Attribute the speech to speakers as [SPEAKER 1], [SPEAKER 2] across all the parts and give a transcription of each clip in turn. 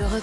[SPEAKER 1] Europe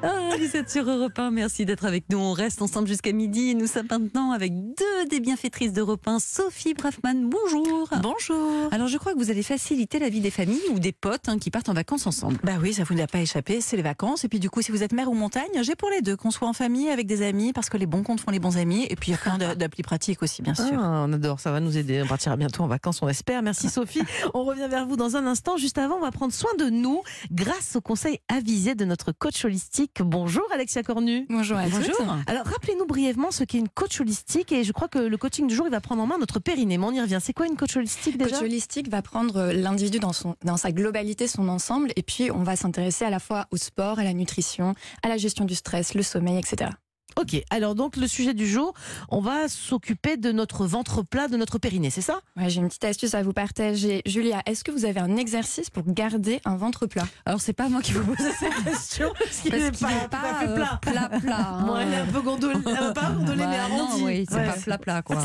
[SPEAKER 2] Ah, vous êtes sur Europe 1, merci d'être avec nous. On reste ensemble jusqu'à midi et nous sommes maintenant avec deux des bienfaitrices d'Europe 1, Sophie Braffman. Bonjour.
[SPEAKER 3] Bonjour.
[SPEAKER 2] Alors, je crois que vous allez faciliter la vie des familles ou des potes hein, qui partent en vacances ensemble.
[SPEAKER 3] Bah oui, ça vous n'a pas échappé, c'est les vacances. Et puis du coup, si vous êtes mère ou montagne, j'ai pour les deux, qu'on soit en famille, avec des amis, parce que les bons comptes font les bons amis. Et puis il y a plein d'a- d'applis pratiques aussi, bien
[SPEAKER 4] Oh.
[SPEAKER 3] sûr.
[SPEAKER 5] Ah, on adore, ça va nous aider. On partira bientôt en vacances, on espère. Merci Sophie. On revient vers vous dans un instant. Juste avant, on va prendre soin de nous grâce aux conseils avisés de notre coach holistique. Bonjour Alexia Cornu.
[SPEAKER 3] Bonjour à
[SPEAKER 2] Bonjour.
[SPEAKER 5] Alors rappelez-nous brièvement ce qu'est une coach holistique et je crois que le coaching du jour il va prendre en main notre périnée. Mais on y revient. C'est quoi une coach holistique
[SPEAKER 4] Le
[SPEAKER 5] déjà
[SPEAKER 4] coach holistique va prendre euh, l'individu dans, son- dans sa globalité, son ensemble, et puis on va s'intéresser à la fois au sport, à la nutrition, à la gestion du stress, le sommeil, etc.
[SPEAKER 5] Ok. Alors donc le sujet du jour, on va s'occuper de notre ventre plat, de notre périnée, c'est ça
[SPEAKER 4] Ouais, J'ai une petite astuce à vous partager. Julia, est-ce que vous avez un exercice pour garder un ventre plat
[SPEAKER 2] Alors, c'est pas moi qui vous pose cette question.
[SPEAKER 5] Parce qu'il
[SPEAKER 2] Parce
[SPEAKER 5] est
[SPEAKER 2] qu'il n'est
[SPEAKER 5] tout à
[SPEAKER 2] pas
[SPEAKER 5] fait
[SPEAKER 2] euh,
[SPEAKER 5] plat.
[SPEAKER 2] plat, plat, hein.
[SPEAKER 5] Bon, elle est un peu gondolée, euh, pas gondolée, mais
[SPEAKER 2] Bah,
[SPEAKER 5] arrondie.
[SPEAKER 2] non, oui, c'est
[SPEAKER 5] Ouais.
[SPEAKER 2] pas plat, plat, quoi.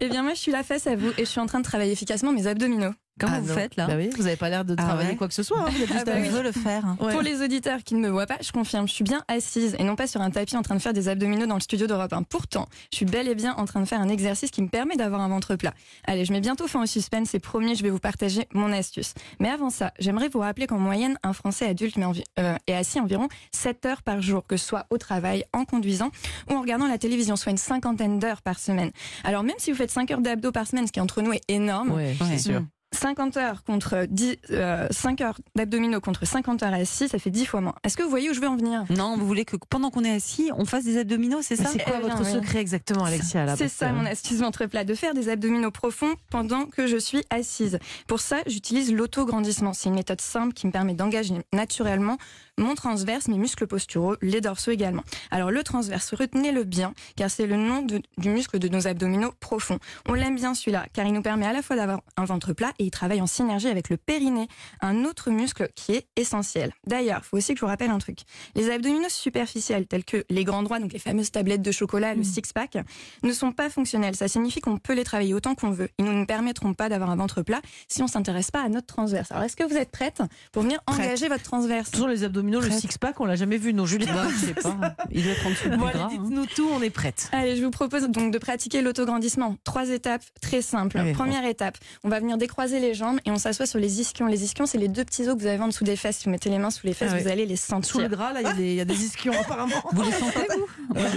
[SPEAKER 4] Eh bien, moi, je suis là face à vous et je suis en train de travailler efficacement mes abdominaux.
[SPEAKER 2] Comment
[SPEAKER 5] Ah
[SPEAKER 2] vous
[SPEAKER 5] non.
[SPEAKER 2] faites, là
[SPEAKER 5] Bah oui, Vous n'avez pas l'air de
[SPEAKER 3] Ah
[SPEAKER 5] travailler
[SPEAKER 3] ouais
[SPEAKER 5] quoi que ce soit. hein. Vous êtes
[SPEAKER 4] Ah
[SPEAKER 5] juste
[SPEAKER 4] bah
[SPEAKER 5] à-
[SPEAKER 4] oui.
[SPEAKER 3] Je veux le faire. hein.
[SPEAKER 5] Ouais.
[SPEAKER 4] Pour les auditeurs qui ne me voient pas, je confirme, je suis bien assise et non pas sur un tapis en train de faire des abdominaux dans le studio d'Europe 1. Pourtant, je suis bel et bien en train de faire un exercice qui me permet d'avoir un ventre plat. Allez, je mets bientôt fin au suspense et promis, je vais vous partager mon astuce. Mais avant ça, j'aimerais vous rappeler qu'en moyenne, un Français adulte met envi- euh, est assis environ 7 heures par jour, que ce soit au travail, en conduisant ou en regardant la télévision, soit une cinquantaine d'heures par semaine. Alors même si vous faites 5 heures d'abdos par semaine, ce qui entre nous est énorme,
[SPEAKER 5] Ouais,
[SPEAKER 2] Ouais.
[SPEAKER 5] c'est sûr.
[SPEAKER 4] 50 heures contre 10, euh, 5 heures d'abdominaux contre 50 heures assis, ça fait 10 fois moins. Est-ce que vous voyez où je veux en venir
[SPEAKER 2] Non, vous voulez que pendant qu'on est assis, on fasse des abdominaux, c'est
[SPEAKER 5] Mais
[SPEAKER 2] ça
[SPEAKER 5] c'est quoi
[SPEAKER 4] Eh bien,
[SPEAKER 5] votre
[SPEAKER 4] oui.
[SPEAKER 5] secret exactement, Alexia là,
[SPEAKER 4] C'est
[SPEAKER 5] parce
[SPEAKER 4] ça
[SPEAKER 5] que-
[SPEAKER 4] mon astuce ventre plat, de faire des abdominaux profonds pendant que je suis assise. Pour ça, j'utilise l'auto-grandissement. C'est une méthode simple qui me permet d'engager naturellement mon transverse, mes muscles posturaux, les dorsaux également. Alors le transverse, retenez-le bien, car c'est le nom de- du muscle de nos abdominaux profonds. On l'aime bien celui-là, car il nous permet à la fois d'avoir un ventre plat et il travaille en synergie avec le périnée, un autre muscle qui est essentiel. D'ailleurs, il faut aussi que je vous rappelle un truc. Les abdominaux superficiels, tels que les grands droits, donc les fameuses tablettes de chocolat,
[SPEAKER 5] Mm.
[SPEAKER 4] le six-pack, ne sont pas fonctionnels. Ça signifie qu'on peut les travailler autant qu'on veut. Ils ne nous permettront pas d'avoir un ventre plat si on ne s'intéresse pas à notre transverse. Alors, est-ce que vous êtes prête pour venir
[SPEAKER 3] Prête.
[SPEAKER 4] engager votre transverse
[SPEAKER 5] Toujours les abdominaux, le
[SPEAKER 3] Prête.
[SPEAKER 5] six-pack, on l'a jamais vu, non, Julien
[SPEAKER 2] Bah, Je sais pas. Il doit prendre tout le
[SPEAKER 5] Bon,
[SPEAKER 2] plus
[SPEAKER 5] allez,
[SPEAKER 2] gras. hein.
[SPEAKER 5] dites-nous tout, on est prête.
[SPEAKER 4] Allez, je vous propose donc de pratiquer l'autograndissement. Trois étapes très simples.
[SPEAKER 5] Allez,
[SPEAKER 4] Première étape, on va venir décroiser les jambes et on s'assoit sur les ischions. Les ischions, c'est les deux petits os que vous avez en dessous des fesses. Si vous mettez les mains sous les fesses,
[SPEAKER 5] Ah oui.
[SPEAKER 4] vous allez les
[SPEAKER 5] Sous
[SPEAKER 4] sentir.
[SPEAKER 5] le gras, là, il y a des- il y, a des ischions apparemment.
[SPEAKER 2] Vous les sentez, vous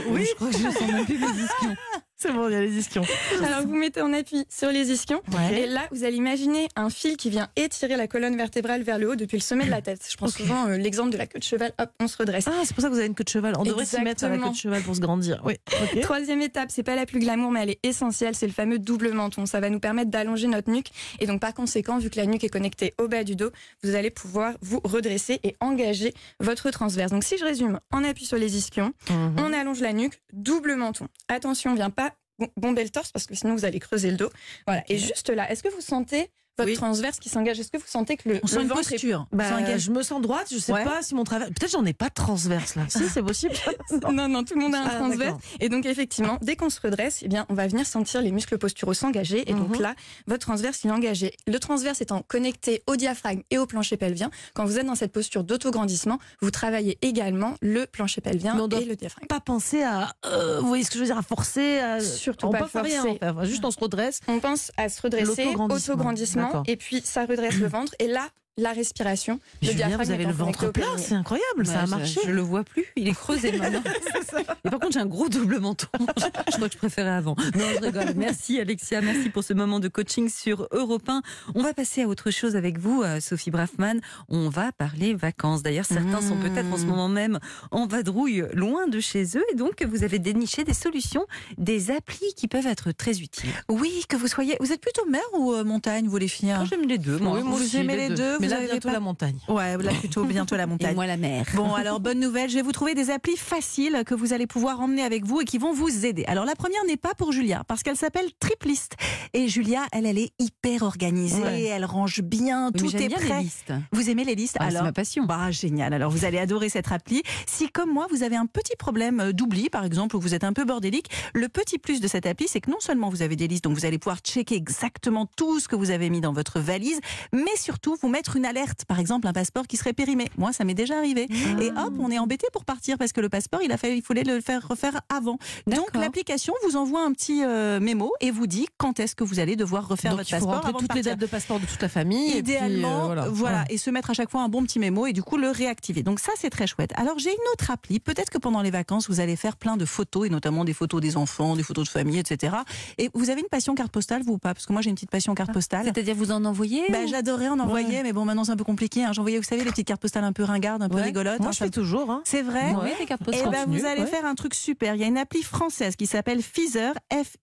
[SPEAKER 2] Oui. Je crois que je sens même plus mes ischions.
[SPEAKER 5] C'est bon, il y a les ischions.
[SPEAKER 4] Alors, Ah, vous mettez en appui sur les ischions. Et là, vous allez imaginer un fil qui vient étirer la colonne vertébrale vers le haut depuis le sommet de la tête. Je prends
[SPEAKER 5] Ok.
[SPEAKER 4] souvent euh, l'exemple de la queue de cheval. Hop, on se redresse.
[SPEAKER 5] Ah, c'est pour ça que vous avez une queue de cheval. On devrait s'y mettre à la queue de
[SPEAKER 4] Exactement.
[SPEAKER 5] cheval pour se grandir. Oui. ok.
[SPEAKER 4] Troisième étape, c'est pas la plus glamour, mais elle est essentielle, c'est le fameux double menton. Ça va nous permettre d'allonger notre nuque. Et donc, par conséquent, vu que la nuque est connectée au bas du dos, vous allez pouvoir vous redresser et engager votre transverse. Donc, si je résume, on appuie sur les ischions,
[SPEAKER 5] Mhm.
[SPEAKER 4] on allonge la nuque, double menton. Attention, on vient pas bom- bomber le torse parce que sinon vous allez creuser le dos. Voilà. Et juste là, est-ce que vous sentez votre
[SPEAKER 5] Oui.
[SPEAKER 4] transverse qui s'engage Est-ce que vous sentez que le,
[SPEAKER 3] On
[SPEAKER 4] le
[SPEAKER 3] sent une
[SPEAKER 4] ventre est
[SPEAKER 3] posture.
[SPEAKER 5] Bah,
[SPEAKER 3] on sent un gage.
[SPEAKER 5] je me sens droite, je sais
[SPEAKER 3] Ouais.
[SPEAKER 5] pas si mon travers. Peut-être j'en ai pas de transverse là. si, c'est possible.
[SPEAKER 4] Non, non, tout le monde a un
[SPEAKER 5] Ah,
[SPEAKER 4] transverse.
[SPEAKER 5] d'accord.
[SPEAKER 4] Et donc, effectivement, dès qu'on se redresse, eh bien, on va venir sentir les muscles posturaux s'engager. Et donc
[SPEAKER 5] Mhm.
[SPEAKER 4] là, votre transverse, il est engagé. Le transverse étant connecté au diaphragme et au plancher pelvien, quand vous êtes dans cette posture d'autograndissement, vous travaillez également le plancher pelvien
[SPEAKER 5] Mais on doit
[SPEAKER 4] et le diaphragme.
[SPEAKER 5] Pas penser à. euh, vous voyez ce que je veux dire À forcer. À...
[SPEAKER 4] Surtout
[SPEAKER 5] on
[SPEAKER 4] pas
[SPEAKER 5] pense à rien.
[SPEAKER 4] forcer.
[SPEAKER 5] en fait. Enfin, juste on se redresse.
[SPEAKER 4] On pense à se redresser,
[SPEAKER 5] L'autograndissement. D'accord.
[SPEAKER 4] autograndissement, et puis ça redresse le ventre. Et là, la respiration,
[SPEAKER 5] Mais
[SPEAKER 4] le
[SPEAKER 5] Julien,
[SPEAKER 4] diaphragme
[SPEAKER 5] vous avez
[SPEAKER 4] étant
[SPEAKER 5] le ventre
[SPEAKER 4] connecté au
[SPEAKER 5] plat,
[SPEAKER 4] périnée.
[SPEAKER 5] c'est incroyable, ça
[SPEAKER 2] Ouais,
[SPEAKER 5] a
[SPEAKER 2] je-
[SPEAKER 5] marché.
[SPEAKER 2] Je, le vois plus, il est creusé maintenant. Et par contre, j'ai un gros double menton. je crois que je préférais avant. Non, je rigole. Merci Alexia, merci pour ce moment de coaching sur Europe 1. On va passer à autre chose avec vous, euh, Sophie Braffman. On va parler vacances. D'ailleurs, certains sont peut-être en ce moment même en vadrouille, loin de chez eux. Et donc, vous avez déniché des solutions, des applis qui peuvent être très utiles.
[SPEAKER 3] Oui, que vous soyez. Vous êtes plutôt mer ou euh, montagne, vous les filles hein
[SPEAKER 2] Ah, J'aime les deux, moi.
[SPEAKER 3] vous
[SPEAKER 5] aussi,
[SPEAKER 3] aimez
[SPEAKER 5] les
[SPEAKER 3] les
[SPEAKER 5] deux.
[SPEAKER 3] deux,
[SPEAKER 5] Mais
[SPEAKER 3] vous
[SPEAKER 5] là,
[SPEAKER 3] avez
[SPEAKER 5] bientôt
[SPEAKER 3] pas-
[SPEAKER 5] la montagne.
[SPEAKER 3] Ouais, là plutôt bientôt la montagne.
[SPEAKER 2] la mer.
[SPEAKER 3] Bon, alors bonne nouvelle, je vais vous trouver des applis faciles que vous allez pouvoir emmener avec vous et qui vont vous aider. Alors la première n'est pas pour Julia, parce qu'elle s'appelle Triplist. Et Julia, elle, elle est hyper organisée,
[SPEAKER 5] Ouais.
[SPEAKER 3] elle range bien,
[SPEAKER 2] Oui, mais
[SPEAKER 3] tout
[SPEAKER 2] j'aime
[SPEAKER 3] est
[SPEAKER 2] bien les
[SPEAKER 3] prêt.
[SPEAKER 2] listes.
[SPEAKER 3] Vous aimez les listes
[SPEAKER 2] Ah, c'est
[SPEAKER 3] Alors,
[SPEAKER 2] ma passion.
[SPEAKER 3] bah, génial. Alors, vous allez adorer cette appli. Si, comme moi, vous avez un petit problème euh, d'oubli, par exemple, ou vous êtes un peu bordélique, le petit plus de cette appli, c'est que non seulement vous avez des listes, donc vous allez pouvoir checker exactement tout ce que vous avez mis dans votre valise, mais surtout vous mettre une alerte. Par exemple, un passeport qui serait périmé. Moi, ça m'est déjà arrivé. Et
[SPEAKER 5] Ah.
[SPEAKER 3] hop, on est embêté pour partir parce que le passeport, il, a fallu- il fallait le faire refaire avant. Donc,
[SPEAKER 2] D'accord.
[SPEAKER 3] l'application vous envoie un petit euh, mémo et vous dit quand est-ce que vous allez devoir refaire
[SPEAKER 5] Donc,
[SPEAKER 3] votre
[SPEAKER 5] il faut
[SPEAKER 3] passeport.
[SPEAKER 5] rentrer
[SPEAKER 3] avant de
[SPEAKER 5] toutes les
[SPEAKER 3] partir.
[SPEAKER 5] dates de passeport de toute la famille. et puis, euh,
[SPEAKER 3] Idéalement,
[SPEAKER 5] voilà.
[SPEAKER 3] voilà, et se mettre à chaque fois un bon petit mémo et du coup le réactiver. Donc ça, c'est très chouette. Alors j'ai une autre appli. Peut-être que pendant les vacances, vous allez faire plein de photos et notamment des photos des enfants, des photos de famille, etc. Et vous avez une passion carte postale, vous ou pas Parce que moi, j'ai une petite passion
[SPEAKER 5] Ah,
[SPEAKER 3] carte postale.
[SPEAKER 2] C'est-à-dire, vous en envoyez
[SPEAKER 3] Bah,
[SPEAKER 2] ou-
[SPEAKER 3] J'adorais en envoyer, mais bon, maintenant c'est un peu compliqué. hein. J'envoyais, vous savez, les petites cartes postales un peu ringardes, un peu
[SPEAKER 5] Ouais.
[SPEAKER 3] rigolotes.
[SPEAKER 5] Moi,
[SPEAKER 3] hein,
[SPEAKER 5] je
[SPEAKER 3] ça-
[SPEAKER 5] fais toujours. hein.
[SPEAKER 3] C'est vrai
[SPEAKER 5] Moi,
[SPEAKER 2] Oui, les cartes
[SPEAKER 3] eh
[SPEAKER 2] postales.
[SPEAKER 3] ben, vous allez faire un truc super. Il y a une appli française qui s'appelle Fizer,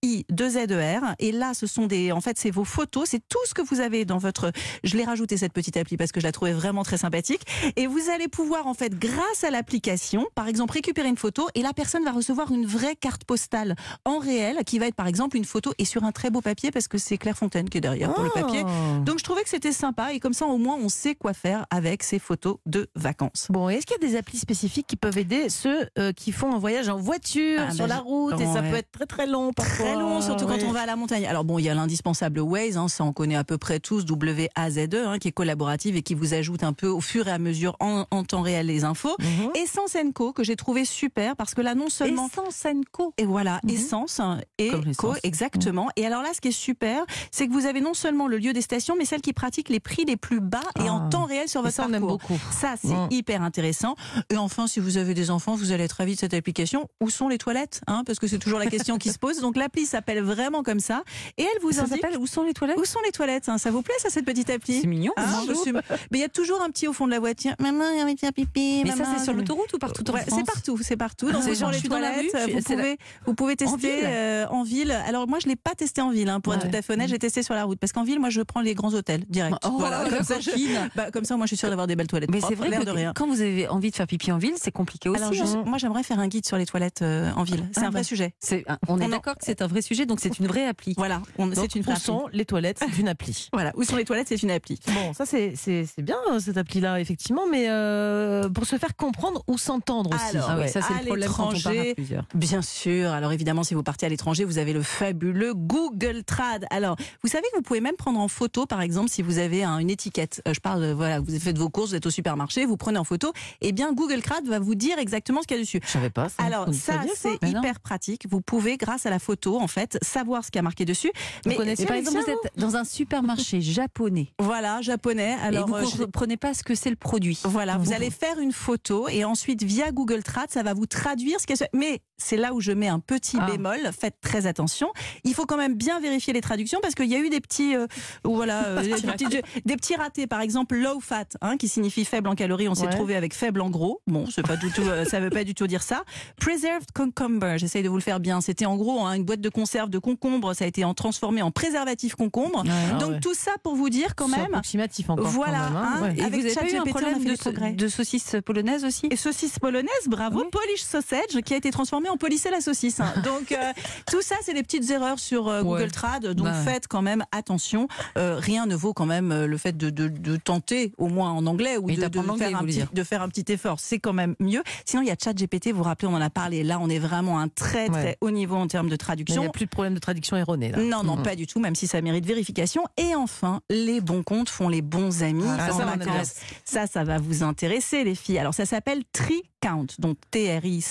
[SPEAKER 3] F-I-2-Z-E-R. E Et là, ce sont des, en fait, c'est vos photos, c'est tout ce que vous avez dans votre. Je l'ai rajouté cette petite appli parce que je la trouvais vraiment très sympathique. Et vous allez pouvoir, en fait, grâce à l'application, par exemple, récupérer une photo et la personne va recevoir une vraie carte postale en réel qui va être, par exemple, une photo et sur un très beau papier parce que c'est Claire Fontaine qui est derrière pour le papier.
[SPEAKER 5] Ah.
[SPEAKER 3] Donc, je trouvais que c'était sympa et comme ça, au moins, on sait quoi faire avec ces photos de vacances.
[SPEAKER 5] Bon, est-ce qu'il y a des applis spécifiques qui peuvent aider ceux euh, qui font un voyage en voiture,
[SPEAKER 3] Ah,
[SPEAKER 5] sur
[SPEAKER 3] bah,
[SPEAKER 5] la route Et ça
[SPEAKER 3] ouais.
[SPEAKER 5] peut être très très long parfois.
[SPEAKER 3] Très long, surtout
[SPEAKER 5] Oui.
[SPEAKER 3] quand on va à la montagne. Alors bon, il y a l'indispensable Waze, hein, ça on connaît à peu près tous, W-A-Z-E, hein, qui est collaborative et qui vous ajoute un peu au fur et à mesure en, en temps réel les infos.
[SPEAKER 5] Mhm.
[SPEAKER 3] Et Essence Co, que j'ai trouvé super, parce que là non seulement...
[SPEAKER 5] Essence Co.
[SPEAKER 3] Et voilà,
[SPEAKER 5] Mhm.
[SPEAKER 3] essence hein, et
[SPEAKER 5] Comme
[SPEAKER 3] co,
[SPEAKER 5] l'essence.
[SPEAKER 3] exactement.
[SPEAKER 2] Mhm.
[SPEAKER 3] Et alors là, ce qui est super, c'est que vous avez non seulement le lieu des stations, mais celles qui pratiquent les prix les plus bas et
[SPEAKER 5] Ah.
[SPEAKER 3] en temps réel sur
[SPEAKER 5] Et
[SPEAKER 3] votre
[SPEAKER 5] Ça, on
[SPEAKER 3] parcours.
[SPEAKER 5] aime beaucoup.
[SPEAKER 3] Ça, c'est
[SPEAKER 2] Mmh.
[SPEAKER 5] Mm.
[SPEAKER 3] hyper intéressant. Et enfin, si vous avez des enfants, vous allez être ravis de cette application. Où sont les toilettes hein Parce que c'est toujours la question qui se pose. Donc l'appli s'appelle vraiment comme ça. Et elle vous
[SPEAKER 2] Ça
[SPEAKER 3] indique
[SPEAKER 2] s'appelle Où sont les toilettes
[SPEAKER 3] où sont les toilettes. hein ça vous plaît, ça, cette petite appli
[SPEAKER 2] C'est mignon.
[SPEAKER 3] Hein,
[SPEAKER 2] bonjour.
[SPEAKER 3] je suis- Mais il y a toujours un petit au fond de la voiture. Maman, j'ai envie de faire pipi.
[SPEAKER 2] Mais ça,
[SPEAKER 3] maman,
[SPEAKER 2] c'est sur
[SPEAKER 3] j'ai-
[SPEAKER 2] l'autoroute ou partout en
[SPEAKER 3] Ouais,
[SPEAKER 2] France
[SPEAKER 3] c'est partout, c'est partout. Dans
[SPEAKER 2] Ah,
[SPEAKER 3] les gens,
[SPEAKER 2] je
[SPEAKER 3] les
[SPEAKER 2] suis dans la
[SPEAKER 3] toilettes,
[SPEAKER 2] rue, je
[SPEAKER 3] vous
[SPEAKER 2] suis- c'est la-
[SPEAKER 3] pouvez, vous pouvez tester
[SPEAKER 2] En ville
[SPEAKER 3] euh, en ville. Alors moi, je l'ai pas testé en ville, hein, pour être
[SPEAKER 5] Ouais.
[SPEAKER 3] tout à fait honnête, j'ai testé sur la route. Parce qu'en ville, moi, je prends les grands hôtels direct.
[SPEAKER 2] Oh,
[SPEAKER 3] voilà,
[SPEAKER 2] la
[SPEAKER 3] comme ça, je-
[SPEAKER 2] coquine.
[SPEAKER 3] bah, comme ça, moi, je suis sûre d'avoir des belles toilettes.
[SPEAKER 2] Mais c'est
[SPEAKER 3] propres,
[SPEAKER 2] vrai
[SPEAKER 3] l'air
[SPEAKER 2] que
[SPEAKER 3] de rien.
[SPEAKER 2] quand vous avez envie de faire pipi en ville, c'est compliqué aussi.
[SPEAKER 3] Alors, je-
[SPEAKER 2] hein. bah.
[SPEAKER 3] moi, j'aimerais faire un guide sur les toilettes euh, en ville. C'est
[SPEAKER 5] Ah
[SPEAKER 3] un vrai sujet.
[SPEAKER 2] C'est- on est
[SPEAKER 3] On en-
[SPEAKER 2] d'accord que c'est un vrai sujet, donc c'est une vraie appli.
[SPEAKER 3] Voilà, on-
[SPEAKER 5] Donc,
[SPEAKER 3] c'est une
[SPEAKER 5] où
[SPEAKER 3] appli.
[SPEAKER 5] sont les toilettes d'une appli
[SPEAKER 3] Voilà, où sont les toilettes, c'est une appli.
[SPEAKER 5] Bon, ça c'est c'est- c'est bien euh, cette appli-là, effectivement, mais euh, pour se faire comprendre ou s'entendre aussi.
[SPEAKER 3] Alors,
[SPEAKER 5] Ah ouais.
[SPEAKER 3] ouais.
[SPEAKER 2] ça c'est
[SPEAKER 3] à
[SPEAKER 2] le problème quand on part à
[SPEAKER 3] l'étranger,
[SPEAKER 2] plusieurs.
[SPEAKER 3] Bien sûr. Alors évidemment, si vous partez à l'étranger, vous avez le fabuleux Google Trad. Alors, vous savez que vous pouvez même prendre en photo, par exemple, si vous avez un- une étiquette. Euh, je parle, de, voilà, vous faites vos courses, vous êtes au supermarché, vous prenez en photo. Eh bien, Google Trad va vous dire exactement ce qu'il y a dessus.
[SPEAKER 5] Je savais pas. Ça.
[SPEAKER 3] Alors
[SPEAKER 5] Vous
[SPEAKER 3] ça,
[SPEAKER 5] saviez,
[SPEAKER 3] c'est
[SPEAKER 5] Mais non.
[SPEAKER 3] hyper pratique. Vous pouvez, grâce à la photo, en fait, savoir ce qu'il y a marqué dessus.
[SPEAKER 2] Mais
[SPEAKER 5] connaissez
[SPEAKER 2] par exemple,
[SPEAKER 5] Alexia,
[SPEAKER 2] vous êtes dans un supermarché japonais
[SPEAKER 3] Voilà, japonais. Alors,
[SPEAKER 2] et
[SPEAKER 3] euh,
[SPEAKER 2] vous
[SPEAKER 3] je-
[SPEAKER 2] ne comprenez pas ce que c'est le produit.
[SPEAKER 3] Voilà, vous allez faire une photo et ensuite via Google Trad, ça va vous traduire ce qu'elle. Mais c'est là où je mets un petit
[SPEAKER 2] Ah.
[SPEAKER 3] bémol. Faites très attention. Il faut quand même bien vérifier les traductions parce qu'il y a eu des petits, euh, voilà, euh, des, petits, des petits ratés. Par exemple, low fat, hein, qui signifie faible en calories. On s'est
[SPEAKER 5] Ouais.
[SPEAKER 3] trouvé avec faible en gros. Bon, c'est pas du tout, euh, ça veut pas du tout dire ça. Preserved cucumber. J'essaye de vous le faire bien. C'était en gros hein, une boîte de conserve de concombre. Ça a été en transformé en préservatif concombre.
[SPEAKER 5] Ah
[SPEAKER 3] Donc
[SPEAKER 5] ouais.
[SPEAKER 3] tout ça pour vous dire quand
[SPEAKER 5] C'est
[SPEAKER 3] même.
[SPEAKER 5] approximatif encore. quand
[SPEAKER 3] Voilà,
[SPEAKER 5] même, hein.
[SPEAKER 3] hein,
[SPEAKER 5] Ouais.
[SPEAKER 2] Et
[SPEAKER 3] Avec
[SPEAKER 2] vous avez pas eu un
[SPEAKER 3] ChatGPT, on a
[SPEAKER 2] problème
[SPEAKER 3] fait des
[SPEAKER 2] de,
[SPEAKER 3] progrès.
[SPEAKER 2] de saucisse polonaise aussi
[SPEAKER 3] Et saucisse polonaise, bravo, Polish sausage, qui a été transformé en polissé la saucisse. hein. Donc, euh, tout ça, c'est les petites erreurs sur euh,
[SPEAKER 2] Ouais.
[SPEAKER 3] Google Trad. Donc,
[SPEAKER 2] Bah ouais.
[SPEAKER 3] faites quand même attention. Euh, rien ne vaut quand même euh, le fait de, de- de tenter, au moins en anglais, ou
[SPEAKER 2] Et
[SPEAKER 3] de, de
[SPEAKER 2] d'apprendre l'anglais,
[SPEAKER 3] faire
[SPEAKER 2] vous
[SPEAKER 3] un
[SPEAKER 2] voulez
[SPEAKER 3] petit,
[SPEAKER 2] dire.
[SPEAKER 3] de faire un petit effort. C'est quand même mieux. Sinon, il y a ChatGPT, vous vous rappelez, on en a parlé. Là, on est vraiment à un très, très
[SPEAKER 5] Ouais.
[SPEAKER 3] haut niveau en termes de
[SPEAKER 5] Mais Il n'y a
[SPEAKER 3] traduction.
[SPEAKER 5] plus de problème de traduction erronée là.
[SPEAKER 3] Non, non,
[SPEAKER 5] Mm.
[SPEAKER 3] pas du tout, même si ça mérite vérification. Et enfin, les bons comptes font les bons amis
[SPEAKER 5] Ah, ça,
[SPEAKER 3] en
[SPEAKER 5] ça
[SPEAKER 3] vacances.
[SPEAKER 5] m'intéresse.
[SPEAKER 3] Ça, ça va vous intéresser, les filles. Alors, ça s'appelle TriCount, donc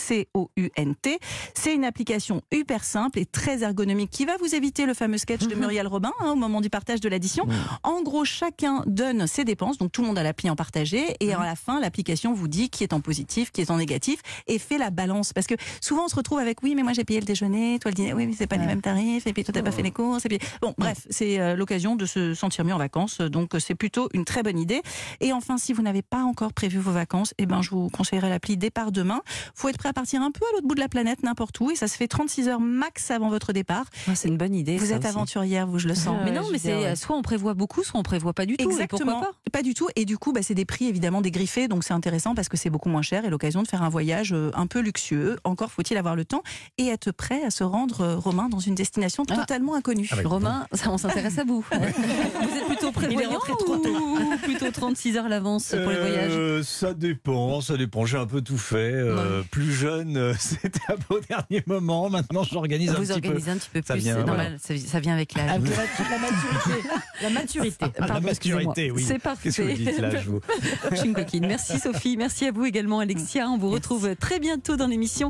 [SPEAKER 3] T-R-I-C-O-U-N-T. C'est une application hyper simple et très ergonomique qui va vous éviter le fameux sketch de Muriel Robin hein, au moment du partage de l'addition. En gros, chacun donne ses dépenses, donc tout le monde a l'appli en partagé, et à la fin, l'application vous dit qui est en positif, qui est en négatif, et fait la balance. Parce que souvent, on se retrouve avec oui, mais moi j'ai payé le déjeuner, toi le dîner, oui, mais c'est pas les mêmes tarifs, et puis toi t'as pas fait les courses, et puis bon, bref, c'est euh, l'occasion de se sentir mieux en vacances, donc euh, c'est plutôt une très bonne idée. Et enfin, si vous n'avez pas encore prévu vos vacances, eh ben je vous conseillerais l'appli Départ demain. Faut être prêt à partir un peu à l'autre bout de la planète, n'importe où, et ça se fait 36 heures max avant votre départ.
[SPEAKER 2] Ah, C'est une bonne idée.
[SPEAKER 3] Vous
[SPEAKER 2] ça
[SPEAKER 3] êtes
[SPEAKER 2] aussi.
[SPEAKER 3] aventurière, vous, Euh, je le sens.
[SPEAKER 5] Ah
[SPEAKER 2] Mais
[SPEAKER 5] ouais,
[SPEAKER 2] non, mais
[SPEAKER 5] Julia,
[SPEAKER 2] c'est euh,
[SPEAKER 5] ouais.
[SPEAKER 2] soit on prévoit beaucoup, soit on prévoit pas du tout. Et
[SPEAKER 3] Exactement.
[SPEAKER 2] pourquoi pas
[SPEAKER 3] Pas du tout. Et du coup, bah, c'est des prix évidemment dégriffés, donc c'est intéressant parce que c'est beaucoup moins cher et l'occasion de faire un voyage euh, un peu luxueux. Encore faut-il avoir le temps et être prêt à se rendre, euh, Romain, dans une destination
[SPEAKER 2] Ah.
[SPEAKER 3] totalement inconnue.
[SPEAKER 6] Ah oui.
[SPEAKER 2] Romain, ça, on s'intéresse à vous. vous êtes plutôt prévoyant ou plutôt 36 heures à l'avance pour les voyages
[SPEAKER 6] Euh, Ça dépend, ça dépend. J'ai un peu tout fait. Euh, plus jeune, euh, c'était un peu au dernier moment. Maintenant, j'organise un
[SPEAKER 2] Vous
[SPEAKER 6] petit peu.
[SPEAKER 2] organisez Ah, un petit peu
[SPEAKER 6] Ça
[SPEAKER 2] plus,
[SPEAKER 6] vient,
[SPEAKER 2] c'est
[SPEAKER 6] voilà.
[SPEAKER 2] normal, ça, ça vient avec l'âge.
[SPEAKER 6] oui.
[SPEAKER 5] la maturité. La maturité.
[SPEAKER 6] Ah, la
[SPEAKER 2] Pardon, excusez-moi.
[SPEAKER 6] maturité, oui.
[SPEAKER 2] C'est
[SPEAKER 6] Qu'est-ce que vous
[SPEAKER 2] parfait.
[SPEAKER 6] dites là, je vous
[SPEAKER 2] Je suis une coquine. Merci Sophie, merci à vous également Alexia. On vous retrouve très bientôt dans l'émission